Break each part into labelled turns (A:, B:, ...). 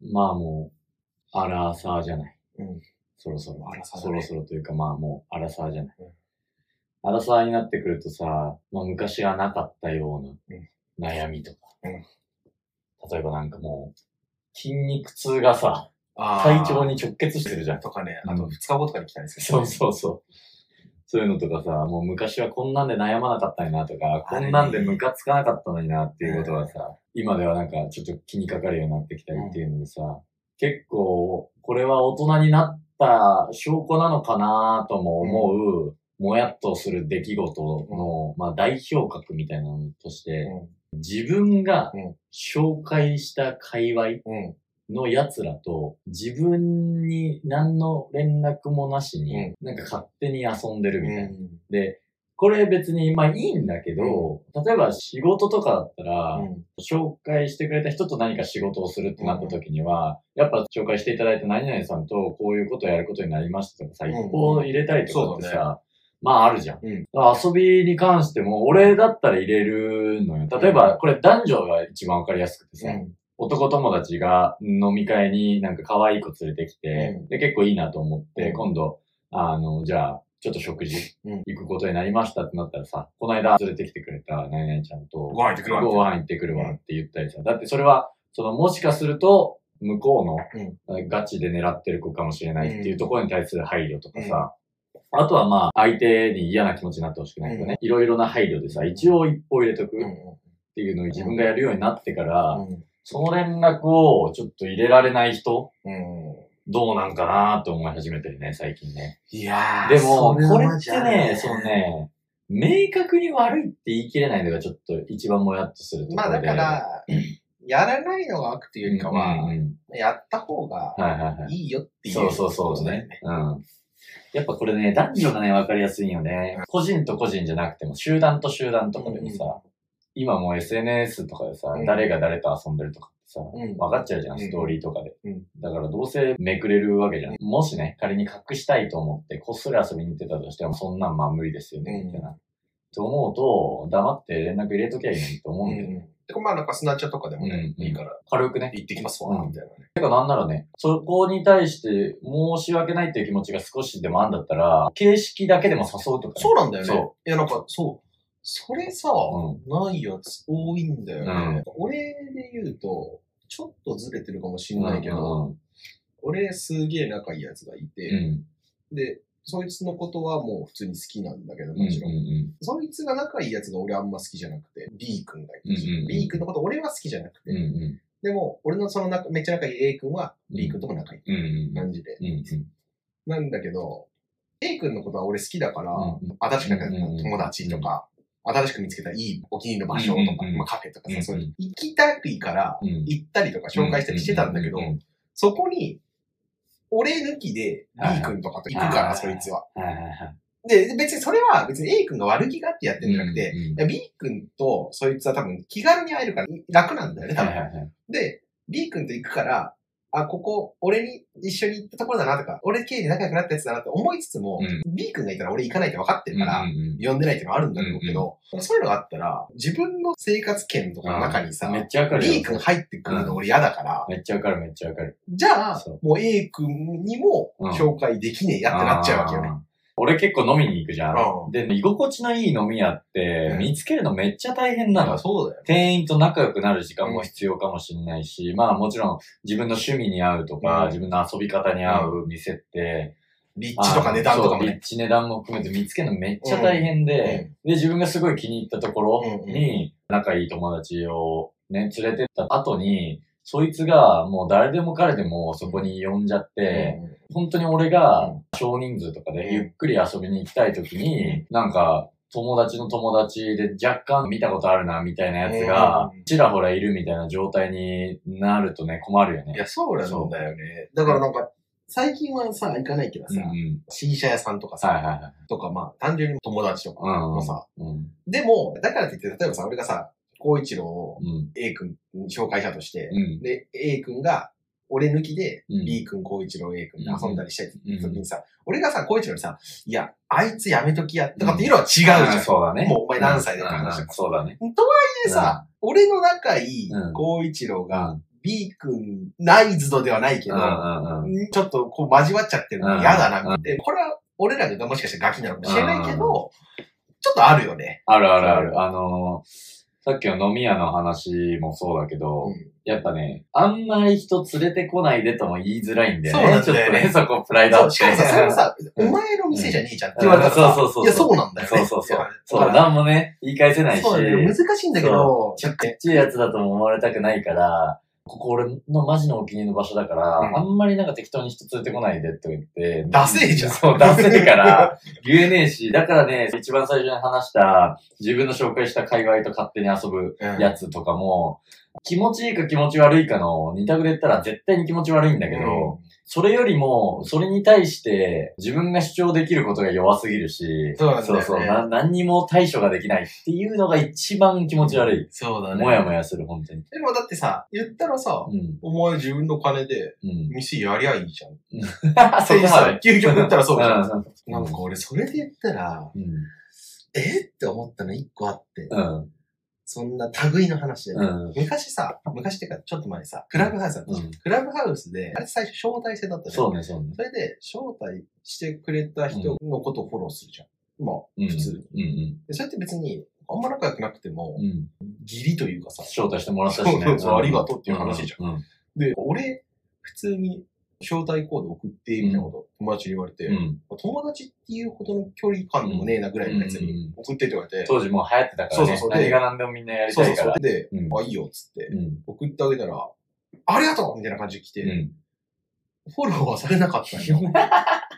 A: まあもう、アラサーじゃない。
B: うん
A: そろそろ。
B: アラサーだ
A: そ
B: ね
A: ろそろというか、まあもう、アラサーじゃない。
B: うん
A: アラサーになってくるとさ、まあ昔はなかったような悩みとか。
B: うん
A: 例えばなんかもう、筋肉痛がさ、
B: あ
A: 体調
B: に
A: に直結してるじゃん。
B: とかね、
A: うん
B: あと2日後とかに来たんですけど
A: そ
B: ね、
A: うそうそう。そういうのとかさ、もう昔はこんなんで悩まなかったのになとか、こんなんでムカつかなかったのになっていうことがさ、今ではなんかちょっと気にかかるようになってきたりっていうのでさ、結構、これは大人になった証拠なのかなとも思う、もやっとする出来事の、まあ代表格みたいなのとして、自分が
B: うん
A: 紹介した界隈、
B: うん。うん。
A: の奴らと自分に何の連絡もなしに、なんか勝手に遊んでるみたいな。
B: うん。
A: で、これ別に、まあいいんだけど、例えば仕事とかだったら、
B: うん。
A: 紹介してくれた人と何か仕事をするってなった時には、やっぱ紹介していただいた何々さんとこういうことをやることになりましたとかさ、
B: うん
A: 一報入れたりとかって
B: そうだ
A: さ、まああるじゃん。
B: うん
A: だから遊びに関しても、俺だったら入れるのよ。例えば、これ男女が一番わかりやすくてさ、
B: うん
A: 男友達が飲み会になんか可愛い子連れてきて、
B: うん
A: で、結構いいなと思って、
B: うん
A: 今度、あの、じゃあ、ちょっと食事
B: うん
A: 行くことになりましたってなったらさ、この間連れてきてくれた何々ちゃんと、
B: ご飯行ってくるわ
A: ご飯行ってくるわって言ったりさ、だってそれは、その、もしかすると、向こうのガチで狙ってる子かもしれないっていうところに対する配慮とかさ、あとはまあ、相手に嫌な気持ちになってほしくないとかね、いろいろな配慮でさ、一応一歩入れとく
B: うん。
A: っ。ていうのを自分がやるようになってから、
B: うん
A: その連絡をちょっと入れられない人、
B: うん。
A: どうなんかなと思い始めてるね、最近ね。
B: いやー。
A: でも、
B: そ
A: これ
B: はマ
A: っ
B: ジ
A: て
B: ある
A: ね、その。ね、明確に悪いって言い切れないのがちょっと一番もやっとするところで。
B: まあだから、やらないのが悪というよりかは、
A: うんうん
B: やった方が
A: はいはいはい。
B: いいよっていう。
A: そうそうそうね。。うん。やっぱこれね、男女がね、わかりやすいよね。個人と個人じゃなくても、集団と集団とかでもさ、
B: うん
A: 今もう SNS とかでさ、
B: うん
A: 誰が誰と遊んでるとかってさ、
B: ん
A: 分かっちゃうじゃん、
B: うん
A: ストーリーとかで。
B: うん
A: だからどうせめくれるわけじゃん。もしね、仮に隠したいと思って、こっそり遊びに行ってたとしても、そんなんまあ無理ですよね、
B: う
A: み
B: ん
A: たいな。と思うと、黙って連絡入れときゃいいのにと思うんだよね。
B: で、まあなんかスナチャとかでもね、
A: うん
B: いいから、
A: 軽くね。
B: 行ってきますわ、
A: うん
B: みたいなね。
A: てかなんならね、そこに対して申し訳ないっていう気持ちが少しでもあんだったら、形式だけでも誘うとかね、
B: そうなんだよね。
A: そ
B: いやなんか、そう。それさ、ないやつ多いんだよね。俺で言うと、ちょっとずれてるかもしんないけど、俺すげえ仲いいやつがい
A: うん。う
B: て、
A: ん。
B: で、そいつのことはもう普通に好きなんだけど、
A: うん。うん。
B: もちろん。
A: うん
B: そいつが仲いいやつが俺あんま好きじゃなくて、B 君がいて、
A: うんうんうん
B: B 君のこと俺は好きじゃなくて、
A: うん。うん
B: でも、俺のその仲めっちゃ仲いい A 君は B 君とも仲いい。
A: うん。うん。うん。
B: 感じで。
A: うん。うん。
B: なんだけど、A 君のことは俺好きだから、
A: うん
B: 新しくなんか
A: うん
B: 友達とか、新しく見つけたいいお気に入りの場所とか、
A: うんうんうん
B: まあ、カフェとか
A: うんう
B: さ、
A: ん
B: そういう、行きたいから、
A: うん。
B: 行ったりとか紹介したりしてたんだけど
A: うう、う
B: そこに、俺抜きで B 君とかと行くか
A: は
B: ら、
A: い
B: そいつは。
A: うんはいはいはい。
B: で、別にそれは別に A 君が悪気があってやってるんじゃなくて、
A: うんうん
B: いや B 君とそいつは多分気軽に会えるから楽なんだよね、多
A: はい
B: 分。
A: はいはい。
B: で、B 君と行くから、あ、ここ、俺に一緒に行ったところだなとか、俺経営で仲良くなったやつだなって思いつつも、
A: うん
B: B 君がいたら俺行かないって分かってる
A: だ
B: から、呼んでないっていうのはあるんだろうけど、そういうのがあったら、自分の生活圏とかの中にさ、
A: めっちゃわかるよ。
B: B 君入ってくるの俺嫌だから、
A: めっちゃわかる、めっちゃわかる。
B: じゃあ
A: そ、
B: もう A 君にも紹介できねえやってなっちゃうわけよね。
A: あー俺結構飲みに行くじゃ
B: うん
A: ん。で、居心地のいい飲み屋って
B: う、ん
A: 見つけるのめっちゃ大変なの。
B: そうだよ。
A: 店員と仲良くなる時間も必要かもしれないし、まあもちろん自分の趣味に合うとか、
B: うん
A: 自分の遊び方に合う店って、
B: 立地とか値段とかも
A: そう
B: ね。
A: 立地値段も含めて見つけるのめっちゃ大変で、で、自分がすごい気に入ったところに、仲いい友達をね、連れてった後に、そいつがもう誰でも彼でもそこに呼んじゃって、本当に俺が少人数とか
B: う
A: で
B: ん
A: ゆっくり遊びに行きたい時に、なんか、友達の友達で若干見たことあるな、みたいなやつが
B: うん、
A: ちらほらいるみたいな状態になるとね、困るよ
B: い
A: ね。
B: や、そうなんだよね。だからなんか、最近はさ、行かないけど
A: う
B: さ
A: ん、うん。
B: 新車屋さんとか
A: はいはい
B: さ、
A: はい。
B: とかまあ、単純に友達とか
A: うん
B: もさ、
A: うん。
B: でも、だからといって、例えばさ、俺がさ、光一郎を
A: うん。
B: A 君に紹介したとして、
A: うん。
B: で、A 君が、俺抜きで、
A: うん
B: B 君、光一郎、A 君で遊んだりしたいって
A: うん
B: 時にさ、俺がさ、光一郎にさ、いや、あいつやめときや、とかっていうのは違うじゃん。
A: あーそうだね。
B: もうお前何歳だって話だから
A: うんうんそうだね。
B: とはいえさ、俺の仲いい
A: うん
B: 光一郎が、 B 君、ナイズドではないけ
A: う
B: ど、
A: んうん
B: ちょっとこう交わっちゃってるの
A: うん
B: 嫌だなって、これは俺らがもしかしたらガキなのかもしれないけど、ちょっとあるよね。
A: あるあるある。あのーさっきの飲み屋の話もそうだけど、
B: うん
A: やっぱね、あんまり人連れてこないでとも言いづらいんだよね。
B: そうなんだよね
A: ちょっとね、そこプライドあっ
B: そ
A: て。
B: うしかもさ、それもさ、
A: う
B: お
A: ん
B: 前の店じゃねえじゃんって言われたら
A: う
B: さ
A: んそうそうそうそう
B: いや、そうなんだよ
A: そ
B: ね。
A: うそうそう
B: いや。
A: そう、
B: だから
A: なんもね、言い返せないし、
B: そうだよね。難しいんだけど、
A: ちょっとちいやつだとも思われたくないから、ここ俺のマジのお気に入りの場所だから、
B: うん
A: あんまりなんか適当に人連れてこないでって言って。
B: ダセえじゃん
A: そう、ダセえから、言えねえし、だからね、一番最初に話した、自分の紹介した界隈と勝手に遊ぶ
B: うん
A: やつとかも、気持ちいいか気持ち悪いかの二択で言ったら絶対に気持ち悪いんだけど、それよりも、それに対して自分が主張できることが弱すぎるし、
B: そうなんだよね
A: そうな何にも対処ができないっていうのが一番気持ち悪い。
B: そうだね。
A: もやもやする、本当に。
B: でもだってさ、言ったらさ、
A: うん。
B: お前自分の金で
A: うん。
B: 店やりゃいいじゃん。
A: そこまで。
B: 究極言ったらそうじゃん。
A: ん。
B: なんか俺それで言ったら、
A: うん。
B: えって思ったの一個あって、
A: うん。
B: そんな類の話で
A: う
B: ね。
A: ん。
B: 昔さ、昔っていうかちょっと前さ、クラブハウスだった
A: うん。
B: クラブハウスで、あれ最初招待制だったじゃん。
A: そうね、そうね。
B: それで、招待してくれた人のことをフォローするじゃん。まあ、
A: うん
B: 普通。。
A: うん
B: でそれって別に、あんま仲良くなくても
A: うん。、うん。
B: 義理というかさ、
A: 招待してもらったしね。
B: そうそうありがとうっていう話じ
A: ゃん。うん。
B: で、俺、普通に招待コード送って、みたいなこと、友達に言われて、
A: うん。
B: 友達っていうほどの距離感でもねえなぐらいのやつ
A: うんうん
B: に
A: うん
B: 送ってって言われて、
A: 当時もう流行ってたからね。
B: そうそうそうで
A: 何が何でもみんなやり
B: そう
A: た
B: そう
A: いか
B: そう
A: ら。。
B: で、
A: うん
B: あ、いいよ、っつって、
A: うん。
B: 送ってあげたら、ありがとうみたいな感じで来て、
A: うん。
B: フォローはされなかったんよ。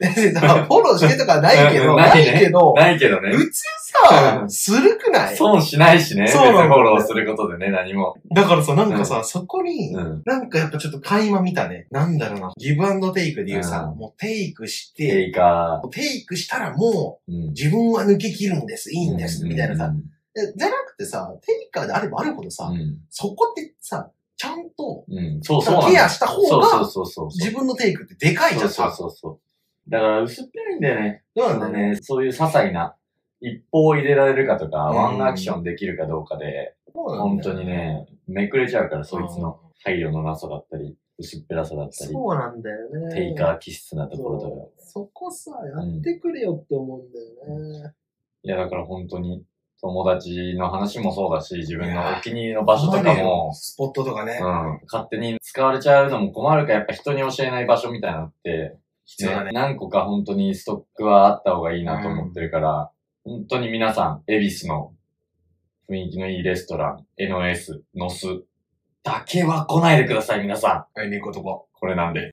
B: 別にさフォローしてとかはないけど、な
A: ない
B: い
A: ね
B: けど、
A: ないけどね。
B: 普通さ
A: う、ん
B: するくない
A: 損しないしね。
B: そうなん
A: 別
B: だ
A: にフォローすることでね、何も。
B: だからさ、なんかさ、そこに、
A: ん。
B: なんかやっぱちょっと垣間見たね。なんだろうな。ギブアンドテイクで言うさ、
A: う
B: もうテイクしてて、
A: いか、
B: テイクしたらも
A: うん
B: う自分は抜け切るんです、い
A: い
B: いんです、みたいなさ。
A: うん
B: でじゃなくてさ、テイカーであればあるほどさ、
A: うん。
B: そこってさ、ちゃんと
A: うん。そうそうなんだよ。
B: ケアした方が
A: そうそうそうそう。
B: 自分のテイクってでかいじゃん、
A: そうそうそう。だから薄っぺらいんだよね。
B: 多
A: あ
B: 分そうな
A: の
B: んだよね。
A: ね、そういう些細な。一歩を入れられるかとか、
B: うん
A: ワンアクションできるかどうかで、
B: そうなん
A: 本
B: だよ
A: 当に。ね、めくれちゃうから、そいつの配慮のなさだったり、薄っぺらさだったり、
B: そうなんだよね。
A: テイカー気質なところとか。
B: そうそこさ、やってくれよって思うんだよね。
A: いや、だから本当に、友達の話もそうだし、自分のお気に入りの場所とかも、
B: スポットとかね、
A: うん、勝手に使われちゃうのも困るから、やっぱ人に教えない場所みたいなのって、
B: 必要だ
A: ね
B: ね。
A: 何個か本当にストックはあった方がいいなと思ってるから、本当に皆さん、恵比寿の雰囲気のいいレストラン、NOS、ノスだけは来ないでください、皆さん。
B: 会いに行くことか。
A: これなんで。